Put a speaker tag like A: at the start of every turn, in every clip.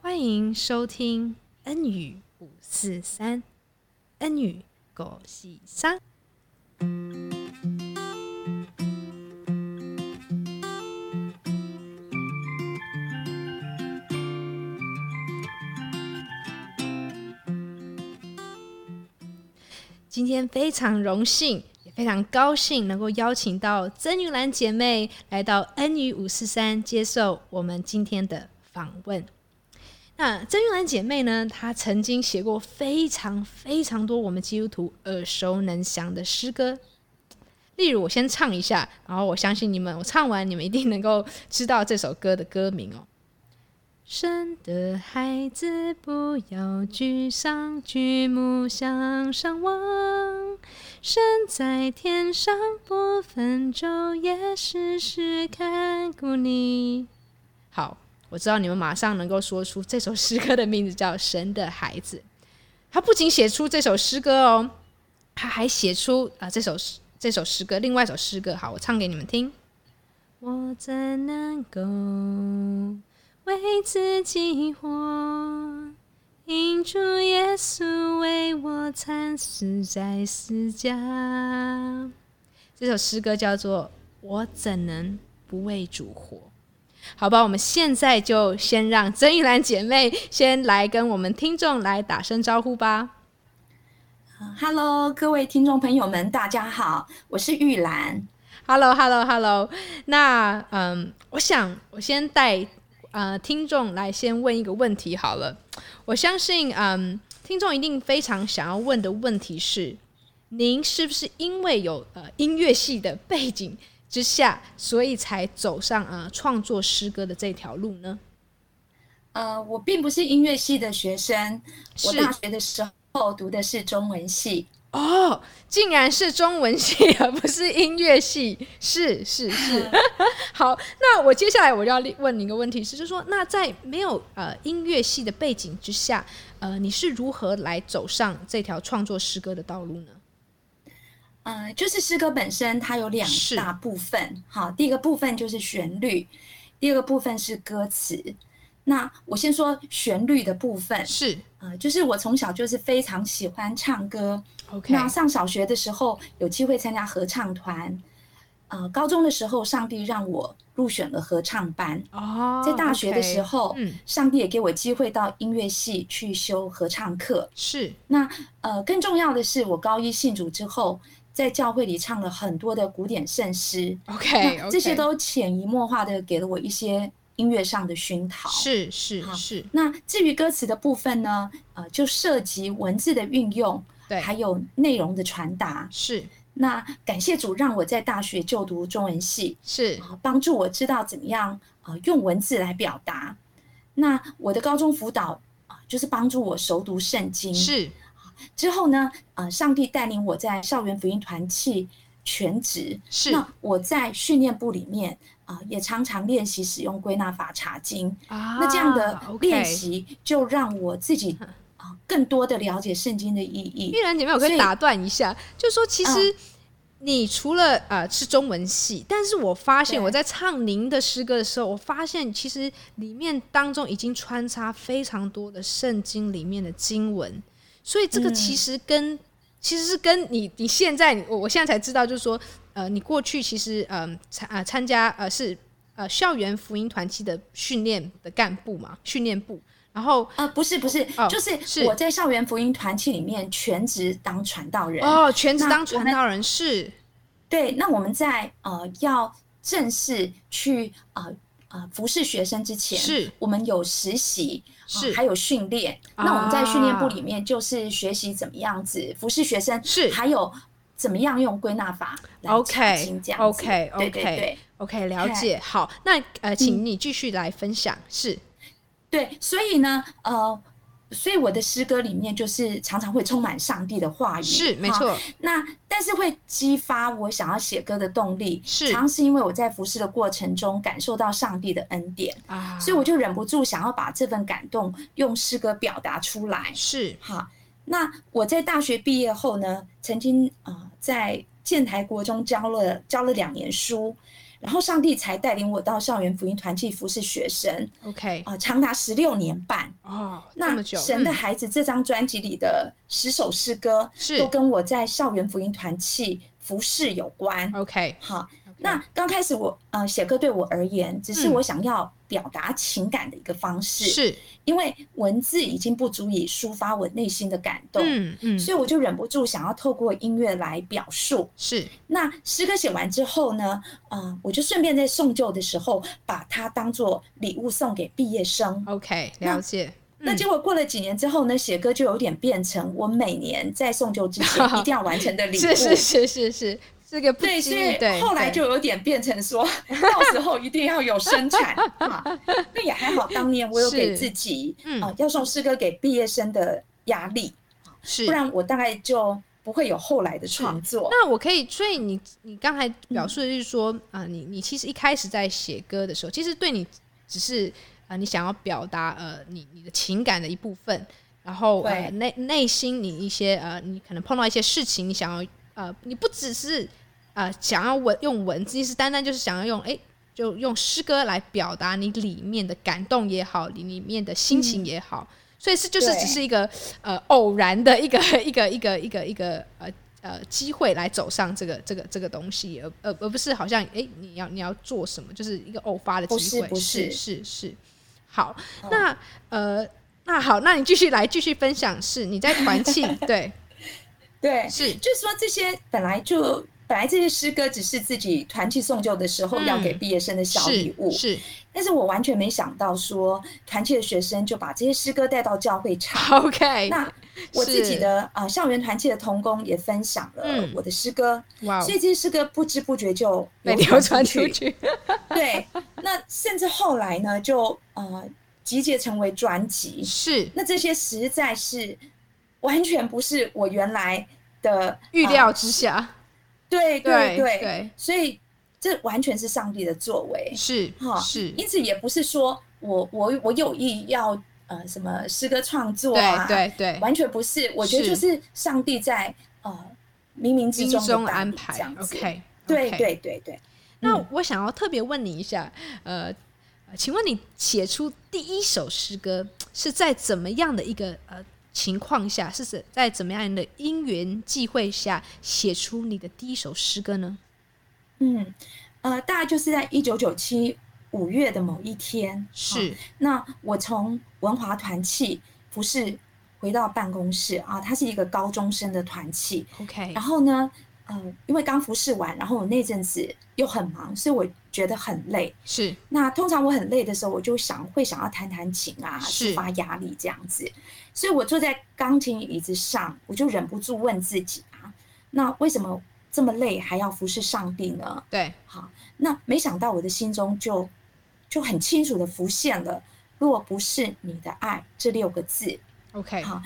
A: 欢迎收听恩语五四三，恩语狗喜伤。今天非常荣幸，也非常高兴能够邀请到曾玉兰姐妹来到恩语五四三接受我们今天的访问。那曾玉兰姐妹呢？她曾经写过非常非常多我们基督徒耳熟能详的诗歌，例如我先唱一下，然后我相信你们，我唱完你们一定能够知道这首歌的歌名哦。生的孩子不要沮丧，举目向上望。身在天上，不分昼夜，时时看顾你。好，我知道你们马上能够说出这首诗歌的名字叫《神的孩子》。他不仅写出这首诗歌哦，他还写出啊、这首诗这首诗歌另外一首诗歌。好，我唱给你们听。我怎能够为自己活？因主耶稣为我惨死在十字架。这首诗歌叫做《我怎能不为主活》。好吧，我们现在就先让曾玉兰姐妹先来跟我们听众来打声招呼吧。
B: Hello，各位听众朋友们，大家好，我是玉兰。
A: h e l l o h e l l o h e l l o 那嗯，我想我先带呃听众来先问一个问题好了。我相信嗯，听众一定非常想要问的问题是：您是不是因为有呃音乐系的背景之下，所以才走上呃创作诗歌的这条路呢？
B: 呃，我并不是音乐系的学生，我
A: 是
B: 大学的时候读的是中文系。
A: 哦，竟然是中文系，而不是音乐系，是是是。 好，那我接下来我就要问你一个问题，是就是说，那在没有呃音乐系的背景之下，呃，你是如何来走上这条创作诗歌的道路呢？
B: 呃，就是诗歌本身，它有两
A: 是
B: 大部分。好，第一个部分就是旋律，第二个部分是歌词。那我先说旋律的部分，
A: 是
B: 呃，就是我从小就是非常喜欢唱歌，
A: ，OK，
B: 那上小学的时候有机会参加合唱团，呃，高中的时候上帝让我入选了合唱班，
A: 哦，
B: 在大学的时
A: OK，
B: 候
A: 嗯，
B: 上帝也给我机会到音乐系去修合唱课。
A: 是
B: 那呃，更重要的是，我高一信主之后，在教会里唱了很多的古典圣诗，
A: 哎 OK，, o
B: 那这些都潜移默化的给了我一些音乐上的熏陶。
A: 是是
B: 好
A: 是，
B: 那至于歌词的部分呢，呃，就涉及文字的运用，
A: 对，
B: 还有内容的传达。
A: 是
B: 那感谢主让我在大学就读中文系，
A: 是
B: 啊，帮助我知道怎么样呃用文字来表达。那我的高中辅导啊、就是帮助我熟读圣经。
A: 是
B: 之后呢，呃，上帝带领我在校园福音团契全职。
A: 是
B: 那我在训练部里面啊、也常常练习使用归纳法查经。
A: 啊
B: 那这样的
A: OK
B: 练习就让我自己啊、更多的了解圣经的意义
A: 玉。兰姐妹，我可
B: 所
A: 以
B: 以嗯
A: 打断一下，就说其实你除了呃是中文系，但是我发现
B: 对
A: 我在唱您的诗歌的时候，我发现其实里面当中已经穿插非常多的圣经里面的经文，所以这个
B: 嗯
A: 其实跟、其实是跟你你现在我我现在才知道，就是说呃你过去其实嗯参啊参加呃是呃校园福音团契的训练的干部嘛，训练部，然后
B: 啊、不是不是，
A: 哦
B: 就是
A: 是
B: 我在校园福音团契里面全职当传道人。
A: 哦全职
B: 那
A: 当
B: 我
A: 传
B: 们
A: 道人是
B: 对，那我们在呃要正式去呃呃服侍学生之前，
A: 是
B: 我们有实习，呃
A: 是
B: 还有训练。那我们在训练部
A: 啊
B: 里面就是学习怎么样子服侍学生，
A: 是
B: 还有怎么样用归纳法来查
A: OK，
B: 经这样子。
A: OK，
B: 对
A: OK
B: 对对
A: OK，了解。好，那
B: 嗯
A: 呃，请你继续来分享。是
B: 对，所以呢，呃。所以我的诗歌里面就是常常会充满上帝的话语，
A: 是，没
B: 哈
A: 错，
B: 那但是会激发我想要写歌的动力，
A: 是
B: 常常是因为我在服侍的过程中感受到上帝的恩典，
A: 啊，
B: 所以我就忍不住想要把这份感动用诗歌表达出来。
A: 是
B: 好，那我在大学毕业后呢，曾经呃在建台国中教了教了两年书，然后上帝才带领我到校园福音团契服侍学生，呃
A: OK
B: 啊、长达十六年半。
A: 哦哦，这
B: 那
A: 么
B: 《
A: 久，
B: 神的
A: 嗯
B: 孩子》这张专辑里的十首诗歌，
A: 是
B: 都跟我在校园福音团契服饰有关。
A: 嗯 OK，
B: 好，那刚开始我呃写歌对我而言，只是
A: 嗯
B: 我想要表达情感的一个方式，
A: 是，
B: 因为文字已经不足以抒发我内心的感动，
A: 嗯嗯，
B: 所以我就忍不住想要透过音乐来表述。
A: 是
B: 那诗歌写完之后呢，啊、我就顺便在送旧的时候把它当做礼物送给毕业生。
A: OK，
B: 那
A: 了解。
B: 那
A: 嗯
B: 结果过了几年之后呢，写歌就有点变成我每年在送旧之 前一定要完成的礼物。
A: 是是是是是，这个不
B: 对，所
A: 经意
B: 以
A: 对，
B: 后来
A: 对
B: 就有点变成说， 到时候一定要有 生产啊。那也还好，当年我有给
A: 是
B: 自己啊、
A: 嗯
B: 要送诗歌给毕业生的压力，
A: 是
B: 不。然我大概就不会有后来的创作。
A: 那我可以，所以你你刚才表述的就是说啊、
B: 嗯
A: 你你其实一开始在写歌的时候，其实对你只是啊、你想要表达呃你你的情感的一部分，然后呃
B: 对
A: 内内心你一些呃你可能碰到一些事情，你想要呃你不只是呃想要文用文字，你是单单就是想要用哎。就用诗歌来表达你里面的感动也好，你里面的心情也好，所以是就是
B: 对
A: 只是一个呃偶然的一个一个一个一个一个呃呃机会来走上这个这个这个东西，而而而不是好像哎、诶你要你要做什么，就是一个偶发的
B: 不
A: 机会，
B: 是不
A: 是
B: 是
A: 是是好，
B: 哦
A: 那呃那好，那你继续来继续分享，是你在团 契对
B: 对，
A: 是
B: 就是说这些本来就本来这些诗歌只是自己团契送旧的时候
A: 嗯
B: 要给毕业生的小礼
A: 是
B: 物，
A: 是
B: 但是我完全没想到说团契的学生就把这些诗歌带到教会唱。
A: OK，
B: 那 我自己
A: 是
B: 的啊、呃校园团契的童工也分享了
A: 嗯
B: 我的诗歌，
A: 哇哦
B: 所以这些诗歌不知不觉就
A: 被
B: 流
A: 流
B: 传
A: 传
B: 出
A: 出
B: 去。
A: 去，
B: 对，那甚至后来呢，就呃集结成为专 辑。
A: 是
B: 那这些实在是完全不是我原来的
A: 预
B: 呃
A: 料之下，
B: 对对
A: 对
B: 对
A: 对
B: 所以这完全是上帝的作为。
A: 是
B: 哈
A: 是
B: 因此也不是说我我我有意要呃什么诗歌创作啊，
A: 对对对，
B: 完全不是。我觉得
A: 是
B: 就是上帝在呃冥冥之
A: 心
B: 中的
A: 中
B: 大
A: 安
B: 力
A: 排
B: 这样子。
A: OK，
B: 对对对对，
A: 那
B: 嗯
A: 我想要特别问你一下，呃，呃请问你写出第一首诗歌是在怎么样的一个呃情况下，是怎在怎么样的因缘际会下写出你的第一首诗歌呢？
B: 嗯呃，大概就是在一九九七五月的某一天，啊
A: 是
B: 那我从文华团契不是回到办公室啊，它是一个高中生的团契，
A: OK，
B: 然后呢，呃，因为刚服侍完，然后我那阵子又很忙，所以我觉得很累。
A: 是
B: 那通常我很累的时候，我就想会想要弹弹琴啊，
A: 是
B: 抒发压力这样子。所以我坐在钢琴椅子上，我就忍不住问自己啊，那为什么这么累还要服侍上帝呢？
A: 对，
B: 好，那没想到我的心中就就很清楚的浮现了，若不是你的爱这六个字。
A: OK，
B: 好，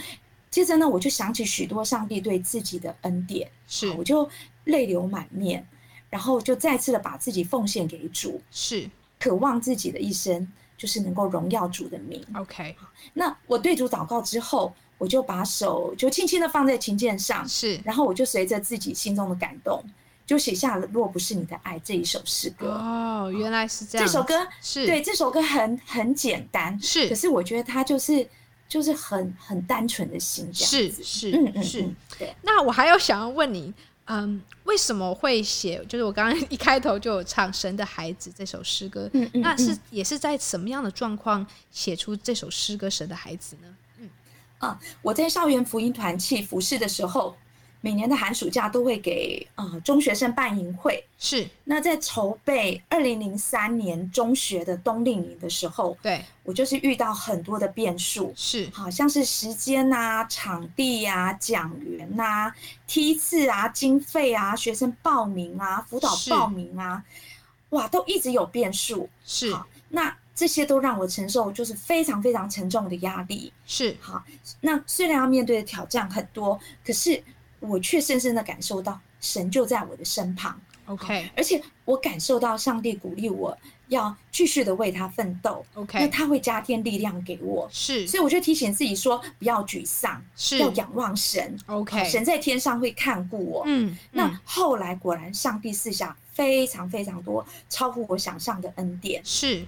B: 接着呢，我就想起许多上帝对自己的恩典。
A: 是
B: 我就泪流满面，然后就再次的把自己奉献给主，
A: 是
B: 渴望自己的一生就是能够荣耀主的名。
A: OK，
B: 啊那我对主祷告之后，我就把手就轻轻的放在琴键上，
A: 是
B: 然后我就随着自己心中的感动，就写下了《若不是你的爱》这一首诗歌。
A: 哦，原来是这
B: 这
A: 样，
B: 首歌
A: 是
B: 对这首歌很很简单，
A: 是
B: 可是我觉得它就是就是很很单纯的心这样
A: 是
B: 子
A: 是
B: 嗯嗯
A: 是
B: 嗯，对。
A: 那我还要想要问你，嗯，为什么会写？就是我刚刚一开头就有唱《神的孩子》这首诗歌，
B: 嗯嗯
A: 那
B: 嗯
A: 是也是在什么样的状况写出这首诗歌《神的孩子》呢？
B: 啊，我在校园福音团契服侍的时候，每年的寒暑假都会给呃中学生办营会。
A: 是
B: 那在筹备二零零三年中学的冬令营的时候，
A: 对，
B: 我就是遇到很多的变数，
A: 是
B: 好像是时间呐、场地呀、讲员呐、梯次啊、经费啊、学生报名啊、辅导
A: 是
B: 报名啊，哇，都一直有变数。
A: 是
B: 好，那这些都让我承受就是非常非常沉重的压力。
A: 是
B: 好，那虽然要面对的挑战很多，可是我却深深的感受到神就在我的身旁，
A: ，OK
B: 而且我感受到上帝鼓励我要继续的为他奋斗，那
A: OK，
B: 他会加添力量给我。
A: 是
B: 所以我就提醒自己说，不要沮丧，
A: 是
B: 要仰望神，
A: OK，
B: 神在天上会看顾我。
A: 嗯，嗯
B: 那后来果然，上帝赐下非常非常多超乎我想象的恩典。
A: 是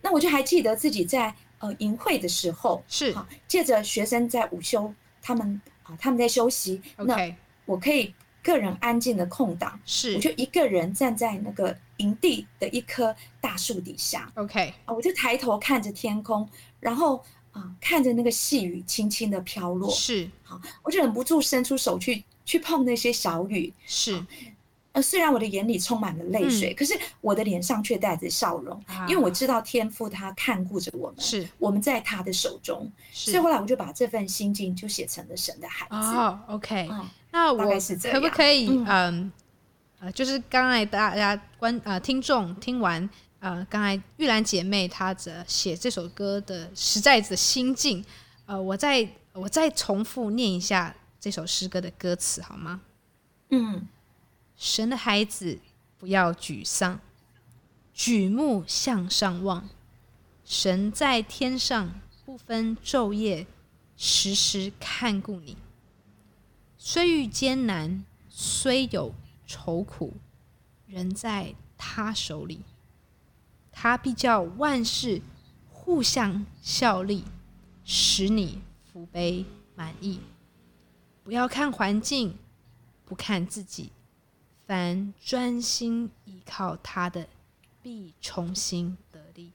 B: 那我就还记得自己在呃营会的时候，
A: 是
B: 好，借着学生在午休，他们啊他们在休息，那
A: ，OK，
B: 我可以个人安静的空档，
A: 是
B: 我就一个人站在那个营地的一棵大树底下
A: OK，
B: 啊，我就抬头看着天空，然后啊、看着那个细雨轻轻的飘落，
A: 是
B: 我就忍不住伸出手去去碰那些小雨。
A: 是，
B: 呃，虽然我的眼里充满了泪水，可是我的脸上却带着笑容，因为我
A: 嗯啊
B: 知道天父他看顾着我们，
A: 是
B: 我们在他的手中。所以
A: 是
B: 后来我就把这份心境就写成了神的孩子。
A: 哦，OK，
B: 嗯
A: 那
B: 大
A: 我
B: 概是这
A: 可不
B: 样
A: 可以
B: 嗯
A: 嗯呃，就是刚才大家观呃听众听完呃，刚才玉兰姐妹她的写这首歌的实在的心境，呃，我再我再重复念一下这首诗歌的歌词好吗？
B: 嗯
A: 神的孩子不要沮丧，举目向上望，神在天上不分昼夜，时时看顾你。虽遇艰难，虽有愁苦，人在他手里，他必叫万事互相效力，使你福杯满意。不要看环境，不看自己，凡专心依靠他的，必重新得力。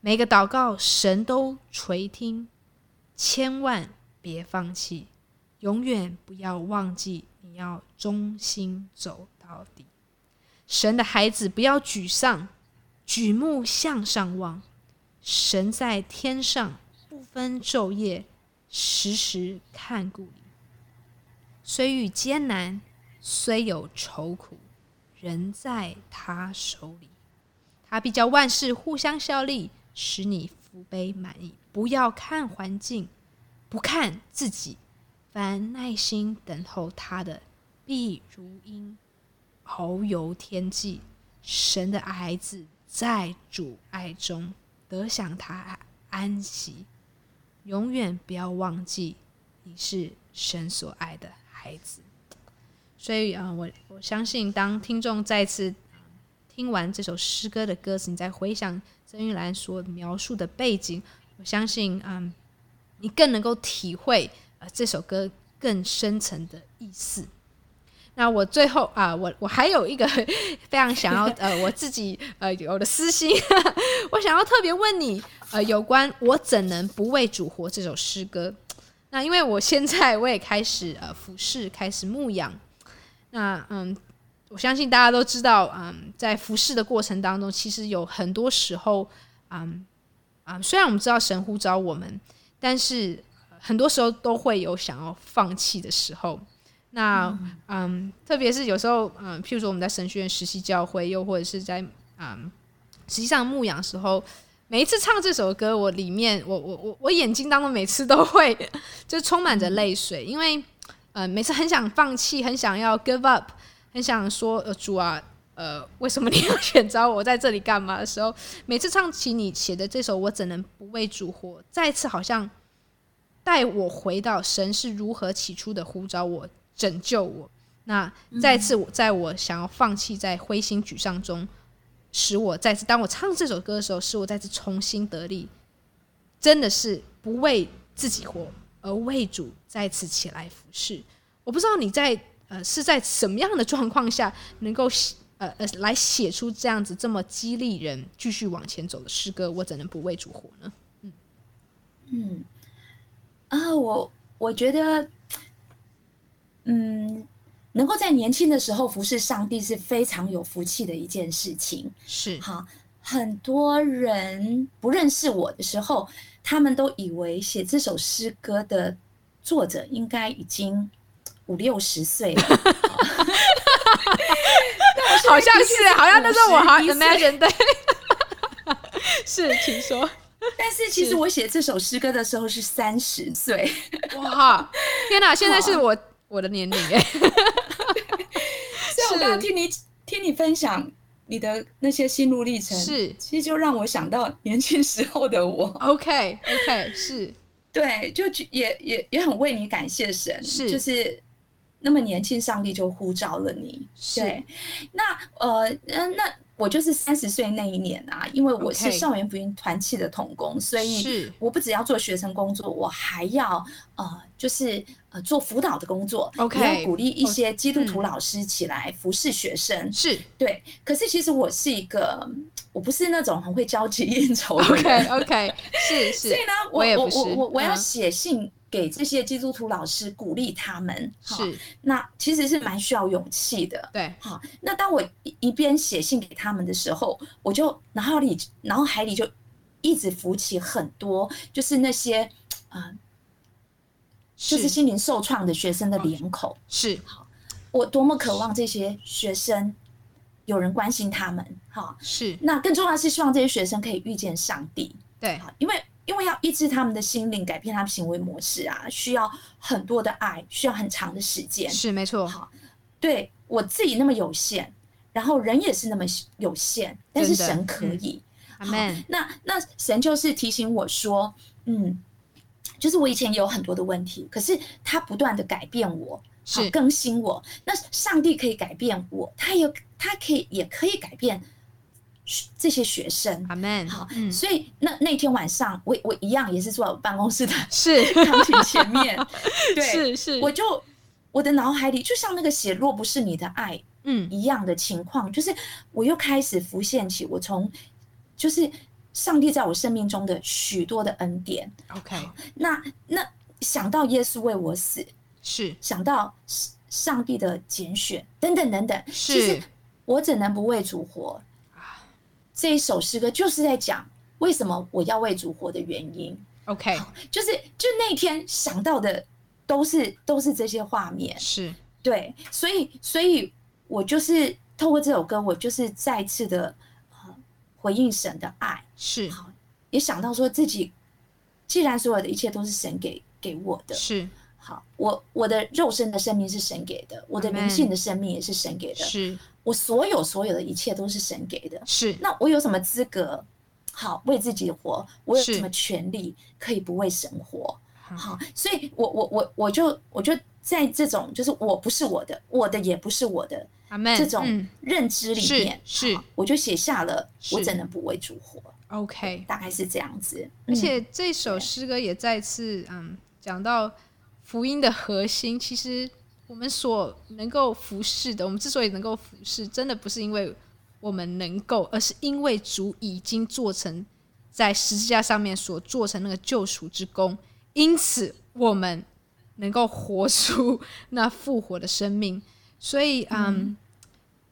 A: 每个祷告，神都垂听，千万别放弃，永远不要忘记，你要忠心走到底。神的孩子，不要沮丧，举目向上望，神在天上，不分昼夜，时时看顾你。虽遇艰难，虽有愁苦，人在他手里。他必叫万事互相效力，使你福杯满溢。不要看环境，不看自己，凡耐心等候他的，必如鹰遨游天际。神的孩子在主爱中得享他安息。永远不要忘记，你是神所爱的孩子。所以啊、呃我我相信，当听众再次呃听完这首诗歌的歌词，你再回想曾玉兰所描述的背景，我相信，嗯，你更能够体会呃这首歌更深层的意思。那我最后啊、我我还有一个 非常想要呃，我自己呃有的私心， 我想要特别问你呃有关“我怎能不为主活”这首诗歌。那因为我现在我也开始呃服侍，开始牧养，那嗯，我相信大家都知道，嗯，在服侍的过程当中，其实有很多时候，嗯啊、虽然我们知道神呼召我们，但是呃很多时候都会有想要放弃的时候。那嗯，特别是有时候，嗯，譬如说我们在神学院实习教会，又或者是在嗯，实际上牧养的时候，每一次唱这首歌，我里面，我我我我眼睛当中每次都会 就充满着泪水，因为呃，每次很想放弃，很想要 give up，很想说，呃，主啊，呃，为什么你要 选择我在这里干嘛的时候，每次唱起你写的这首《我怎能不为主活》，再次好像带我回到神是如何起初的呼召我、拯救我。那再次我在我想要放弃、在灰心沮丧中，使我再次当我唱这首歌的时候，使我再次重新得力，真的是不为自己活，而为主再次起来服侍。我不知道你在呃是在什么样的状况下能够写呃呃来写出这样子这么激励人继续往前走的诗歌，我怎能不为主活呢？
B: 嗯啊，我我觉得，嗯，能够在年轻的时候服侍上帝是非常有福气的一件事情。
A: 是
B: 好，很多人不认识我的时候，他们都以为写这首诗歌的作者应该已经五六十 岁了，
A: 好像 是，好像那时候我好像
B: 51岁
A: imagine 对，是，请说。
B: 但是其
A: 是
B: 实我写这首诗歌的时候是三十岁，
A: 哇，天哪，现在是我我的年龄 哎，
B: 所以我刚刚
A: 是
B: 听你听你分享你的那些心路历程，
A: 是
B: 其实就让我想到年轻时候的我。
A: OK OK，是
B: 对，就觉也也也很为你感谢神，
A: 是
B: 就是那么年轻，上帝就呼召了你。
A: 是
B: 对，那呃，那那我就是三十岁那一年啊，因为我是
A: OK
B: 校园福音团契的童工，所以
A: 是
B: 我不只要做学生工作，我还要呃，就是呃做辅导的工作
A: OK
B: 也要鼓励一些基督徒
A: 嗯
B: 老师起来服侍学生。
A: 是
B: 对，可是其实我是一个，我不是那种很会交际应酬的人。
A: ，OK OK，是
B: 所以
A: 是
B: 呢，
A: 我也
B: 我
A: 不是
B: 我我我要
A: 嗯
B: 写信给这些基督徒老师，鼓励他们。哈，
A: 是，
B: 那其实是蛮需要勇气的。
A: 对，
B: 好，那当我一一边写信给他们的时候，我就脑海里脑海里就一直浮起很多，就是那些，呃，就是
A: 是
B: 心灵受创的学生的脸孔。
A: 是
B: 我多么渴望这些学生有人关心他们。哈，
A: 是，
B: 那更重要的是希望这些学生可以遇见上帝。
A: 对，
B: 好，因为因为要医治他们的心灵，改变他们行为模式啊，需要很多的爱，需要很长的时间。
A: 是没错，
B: 好，对我自己那么有限，然后人也是那么有限，但是
A: 真的嗯
B: 神可以。
A: 阿
B: 好
A: n
B: 那那神就是提醒我说，嗯，就是我以前有很多的问题，可是他不断的改变我，好
A: 是
B: 更新我。那上帝可以改变我，他有他可以也可以改变这些学生。
A: 阿 n
B: 好，
A: 嗯，
B: 所以那那天晚上，我我一样也是坐在我办公室的
A: 是
B: 钢琴 前面，对，
A: 是是，
B: 我就我的脑海里就像那个写《若不是你的爱》
A: 嗯
B: 一样的情况，就是我又开始浮现起我从就是上帝在我生命中的许多的恩典。
A: ，OK，
B: 那那想到耶稣为我死，
A: 是
B: 想到上上帝的拣选，等等等等，其
A: 是
B: 实我怎能不为主活
A: 啊？
B: 这一首诗歌就是在讲为什么我要为主活的原因，
A: OK，
B: 就是就那天想到的都是都是这些画面，
A: 是
B: 对，所以所以我就是透过这首歌，我就是再次的、呃、回应神的爱，
A: 是
B: 也想到说自己既然所有的一切都是神给给我的，
A: 是
B: 好，我我的肉身的生命是神给的，我的
A: Amen
B: 灵性的生命也是神给的，
A: 是
B: 我所有所有的一切都是神给的。
A: 是
B: 那我有什么资格？好，为自己活，我有
A: 是
B: 什么权利可以不为神活？
A: 嗯
B: 好，所以我我我我就我就在这种就是我不是我的，我的也不是我的
A: 阿 n
B: 这种
A: 嗯
B: 认知里
A: 是
B: 面，
A: 是
B: 好我就写下了
A: 是
B: 我怎能不为主活？
A: OK，
B: 大概是这样子。
A: 而
B: 嗯
A: 且这首诗歌也再次嗯讲到福音的核心，其实我们所能够服侍的，我们之所以能够服侍，真的不是因为我们能够，而是因为主已经做成在十字架上面所做成那个救赎之功，因此我们能够活出那复活的生命。所以，嗯，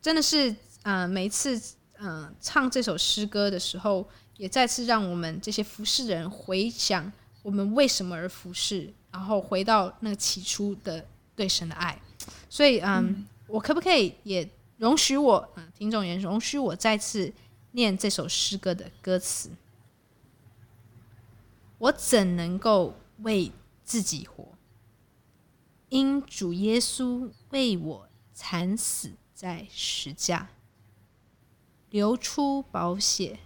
A: 真的是，嗯、每一次，嗯、唱这首诗歌的时候，也再次让我们这些服侍人回想我们为什么而服侍，然后回到那个起初的对神的爱。所以，嗯，我可不可以也容许我，嗯、听众也容许我再次念这首诗歌的歌词？我怎能够为自己活？因主耶稣为我惨死在石架，流出宝血，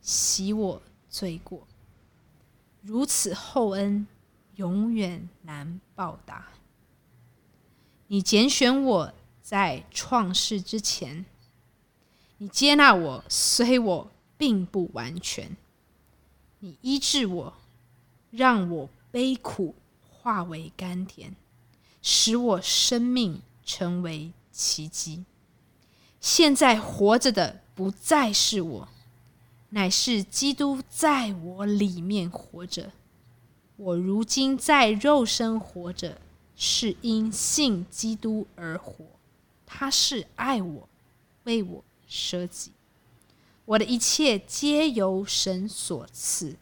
A: 洗我罪过。如此厚恩，永远难报答。你拣选我在创世之前，你接纳我，虽我并不完全，你医治我，让我悲苦化为甘甜。使我生命成为奇迹。现在活着的不再是我，乃是基督在我里面活着。我如今在肉身活着，是因信基督而活。他是爱我，为我舍己。我的一切皆由神所赐，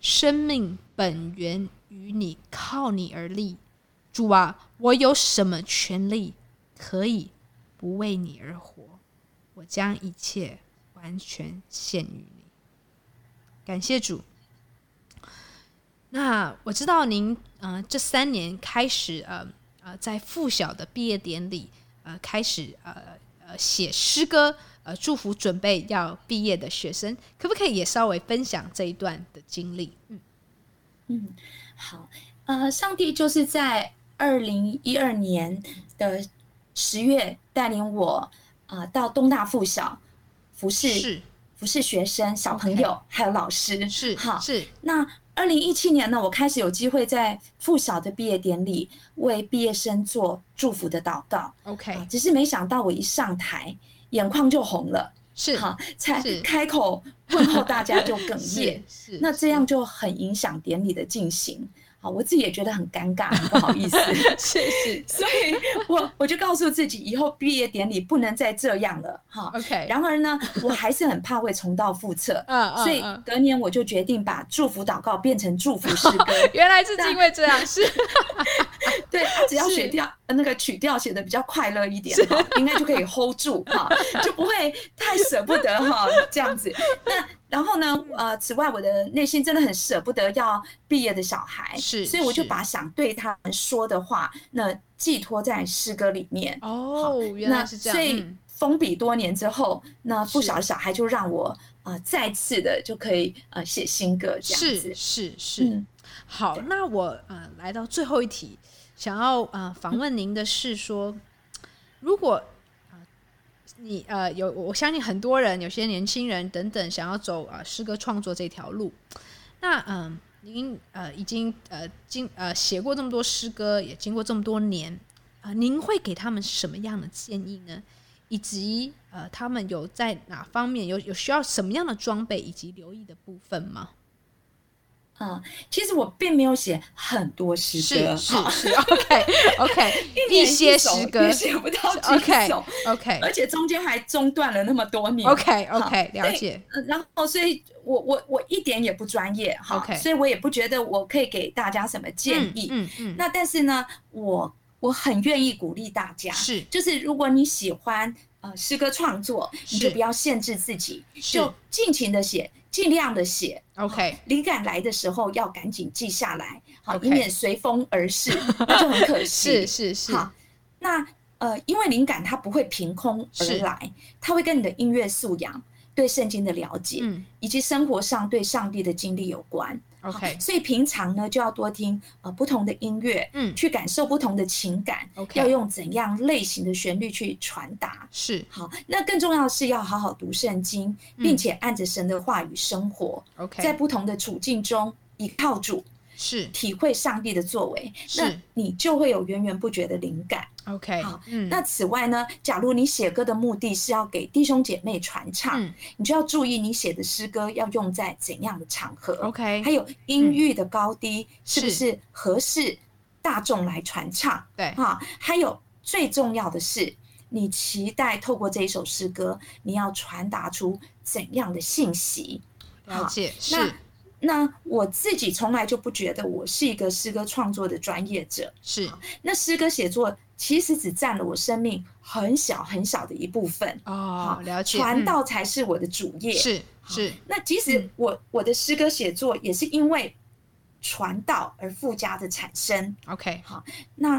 A: 生命本源于你，靠你而立。主啊，我有什么权利可以不为你而活？我将一切完全献于你。感谢主。那我知道您，呃，这三年开始，呃呃，在附小的毕业典礼，呃，开始呃呃写诗歌，呃，祝福准备要毕业的学生，可不可以也稍微分享这一段的经历？嗯，
B: 嗯，好，呃，上帝就是在二零一二年的十月带领我啊、呃到东大附小服服侍
A: 是
B: 服侍学生、小朋
A: OK
B: 友还有老师。
A: 是
B: 好，
A: 是
B: 那二零一七年呢，我开始有机会在附小的毕业典礼为毕业生做祝福的祷告。啊
A: OK
B: 只是没想到我一上台，眼眶就红了，
A: 是
B: 好，才
A: 是
B: 开口问候大家就 哽
A: 是
B: 咽，
A: 是，
B: 那这样就很影响典礼的进行。好，我自己也觉得很尴尬，很不 好意思。
A: 是是
B: 所以我我就告诉自己，以后毕业典礼不能再这样了哈。
A: OK，
B: 然而呢，我还是很怕会重蹈覆辙，
A: 嗯嗯
B: 所以
A: 嗯
B: 隔年我就决定把祝福祷告变成祝福诗 歌。
A: 原来是因为这样，是
B: 对，只要
A: 是
B: 写调呃那个曲调写的比较快乐一点哈， 应该就可以 hold 住 哈，就不会太舍不得哈 这样子。那然后呢，呃，此外我的内心真的很舍不得要毕业的小孩，
A: 是
B: 所以我就是把想对他们说的话，那寄托在诗歌里面。
A: 哦，原
B: 那
A: 来是这
B: 所
A: 样，
B: 以
A: 嗯
B: 封笔多年之后，那不
A: 是
B: 少小孩就让我啊、呃再次的就可以呃写新歌这样
A: 是。
B: 子
A: 是是，
B: 嗯，
A: 好，那我呃来到最后一题，想要呃访问您的是说，如果呃你呃有，我相信很多人，有些年轻人等等，想要走啊、呃诗歌创作这条路，那嗯、您呃已经呃经呃写过这么多诗歌，也经过这么多年啊、呃您会给他们什么样的建议呢？以及呃他们有在哪方面有有需要什么样的装备以及留意的部分吗？
B: 啊、其实我并没有写很多诗歌，
A: 是
B: 哈
A: 是 ，OK OK，
B: 年
A: 些
B: 首
A: 诗
B: 也
A: 歌
B: 写不到几
A: ，OK
B: 首，
A: OK
B: 而且中间还中断了那么多 年。
A: OK OK，了
B: 对
A: 解，
B: 呃然后，所以我我我一点也不专业哈
A: OK
B: 所以我也不觉得我可以给大家什么建
A: 嗯
B: 议。
A: 嗯嗯，
B: 那但是呢，我我很愿意鼓励大家，
A: 是
B: 就是如果你喜欢呃诗歌创作，
A: 是
B: 你就不要限制自己，
A: 是
B: 就尽情的写，尽量的写，
A: OK
B: 灵感来的时候要赶紧记下来，好
A: OK
B: 以免随风而逝， 那就很可惜。
A: 是是是
B: 好，那呃，因为灵感它不会凭空而
A: 是
B: 来，它会跟你的音乐素养、对圣经的了解，
A: 嗯
B: 以及生活上对上帝的经历有关。好
A: OK
B: 所以平常呢就要多听呃不同的音乐，
A: 嗯
B: 去感受不同的情感
A: OK
B: 要用怎样类型的旋律去传达。
A: 是
B: 好，那更重要的是要好好读圣经，
A: 嗯
B: 并且按着神的话语生活。在
A: OK
B: 不同的处境中依靠主，
A: 是
B: 体会上帝的作为，
A: 是
B: 那你就会有源源不绝的灵感。
A: OK
B: 好
A: 嗯
B: 那此外呢，假如你写歌的目的是要给弟兄姐妹传唱，
A: 嗯
B: 你就要注意你写的诗歌要用在怎样的场合
A: OK 嗯
B: 还有音域的高低是不
A: 是
B: 是合适大众来传唱
A: 对
B: 哈、还有最重要的是。你期待透过这一首诗歌，你要传达出怎样的信息？
A: 了
B: 好
A: 解是
B: 那那我自己从来就不觉得我是一个诗歌创作的专业者。
A: 是
B: 那诗歌写作其实只占了我生命很小很小的一部分，
A: 哦
B: 好
A: 了解
B: 传
A: 嗯
B: 道才是我的主业。
A: 是
B: 好
A: 是
B: 那即
A: 嗯
B: 使我我的诗歌写作也是因为传道而附加的产生。
A: OK
B: 那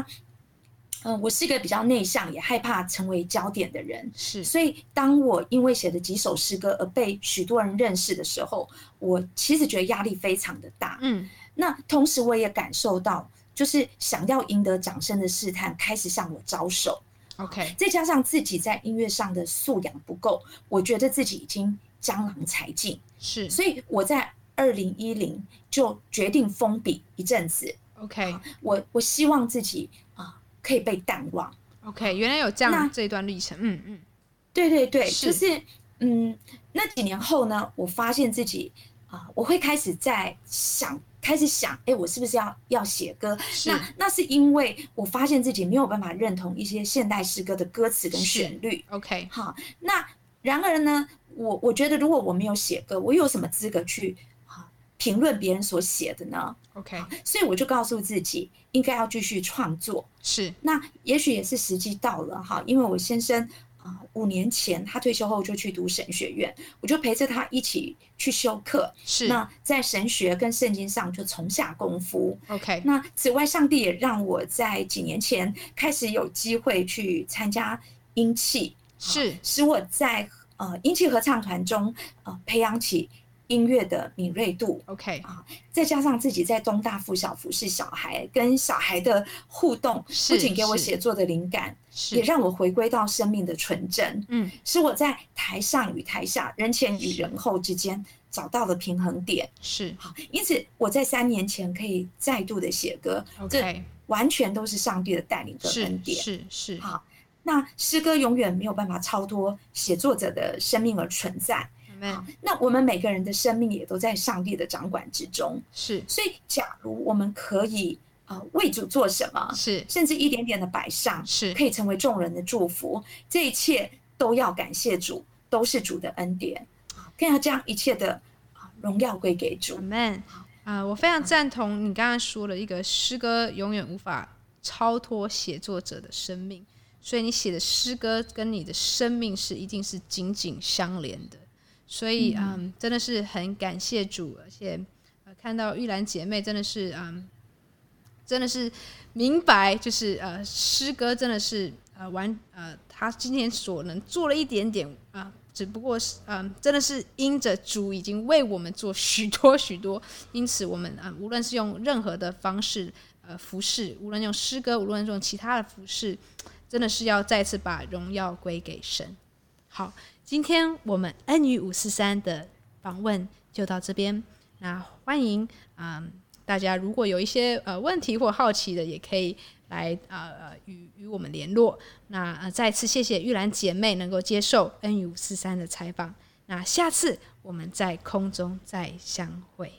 B: 嗯、呃我是一个比较内向，也害怕成为焦点的人。
A: 是
B: 所以，当我因为写了几首诗歌而被许多人认识的时候，我其实觉得压力非常的大。
A: 嗯
B: 那同时我也感受到，就是想要赢得掌声的试探开始向我招手，
A: OK
B: 再加上自己在音乐上的素养不够，我觉得自己已经江郎才尽，
A: 是
B: 所以我在二零一零就决定封笔一阵子。
A: OK
B: 我我希望自己啊、可以被淡忘。
A: OK，原来有这样
B: 那
A: 这一段历程，嗯嗯
B: 对对对，
A: 是
B: 就是嗯，那几年后呢，我发现自己啊、我会开始在想，开始想，哎，我是不是要要写歌？
A: 是
B: 那那是因为我发现自己没有办法认同一些现代诗歌的歌词跟
A: 是
B: 旋律。
A: OK
B: 好，那然而呢，我我觉得如果我没有写歌，我有什么资格去啊评论别人所写的呢？
A: OK
B: 所以我就告诉自己，应该要继续创作。
A: 是
B: 那也许也是时机到了哈，因为我先生啊、呃五年前他退休后就去读神学院，我就陪着他一起去修课。
A: 是
B: 那在神学跟圣经上就从下功夫。
A: OK
B: 那此外，上帝也让我在几年前开始有机会去参加音器，
A: 是
B: 使我在呃音器合唱团中呃培养起音乐的敏锐度，
A: OK，
B: 再加上自己在东大附小服侍小孩，跟小孩的互动，
A: 是
B: 不仅给我
A: 是
B: 写作的灵感，
A: 是
B: 也让我回归到生命的纯真。
A: 嗯
B: 是我在台上与台下、人前与人后之间找到了平衡点。
A: 是
B: 好，因此我在三年前可以再度的写歌，这
A: OK，
B: 完全都是上帝的带领跟恩
A: 是
B: 典。
A: 是是
B: 好，那诗歌永远没有办法超脱写作者的生命而存在。
A: ，Amen，
B: 那我们每个人的生命也都在上帝的掌管之中。
A: 是
B: 所以，假如我们可以呃为主做什么，
A: 是
B: 甚至一点点的摆上，
A: 是
B: 可以成为众人的祝福，这一切都要感谢主，都是主的恩典，更要将一切的啊荣耀归给主。
A: Amen。啊、我非常赞同你刚刚说了一个诗歌永远无法超脱写作者的生命，所以你写的诗歌跟你的生命是一定是紧紧相连的。所以，嗯，真的是很感谢主，而且、呃、看到玉兰姐妹真的是，嗯，真的是明白，就是呃，诗歌真的是呃完呃，他今天所能做了一点点啊、只不过是嗯、真的是因着主已经为我们做许多许多，因此我们啊、呃无论是用任何的方式呃服饰，无论用诗歌，无论用其他的服饰，真的是要再次把荣耀归给神。好，今天我们恩语五四三的访问就到这边，那欢迎啊、嗯大家如果有一些呃问题或好奇的，也可以来啊呃与与我们联络。那呃再次谢谢玉兰姐妹能够接受恩语五四三的采访，那下次我们在空中再相会。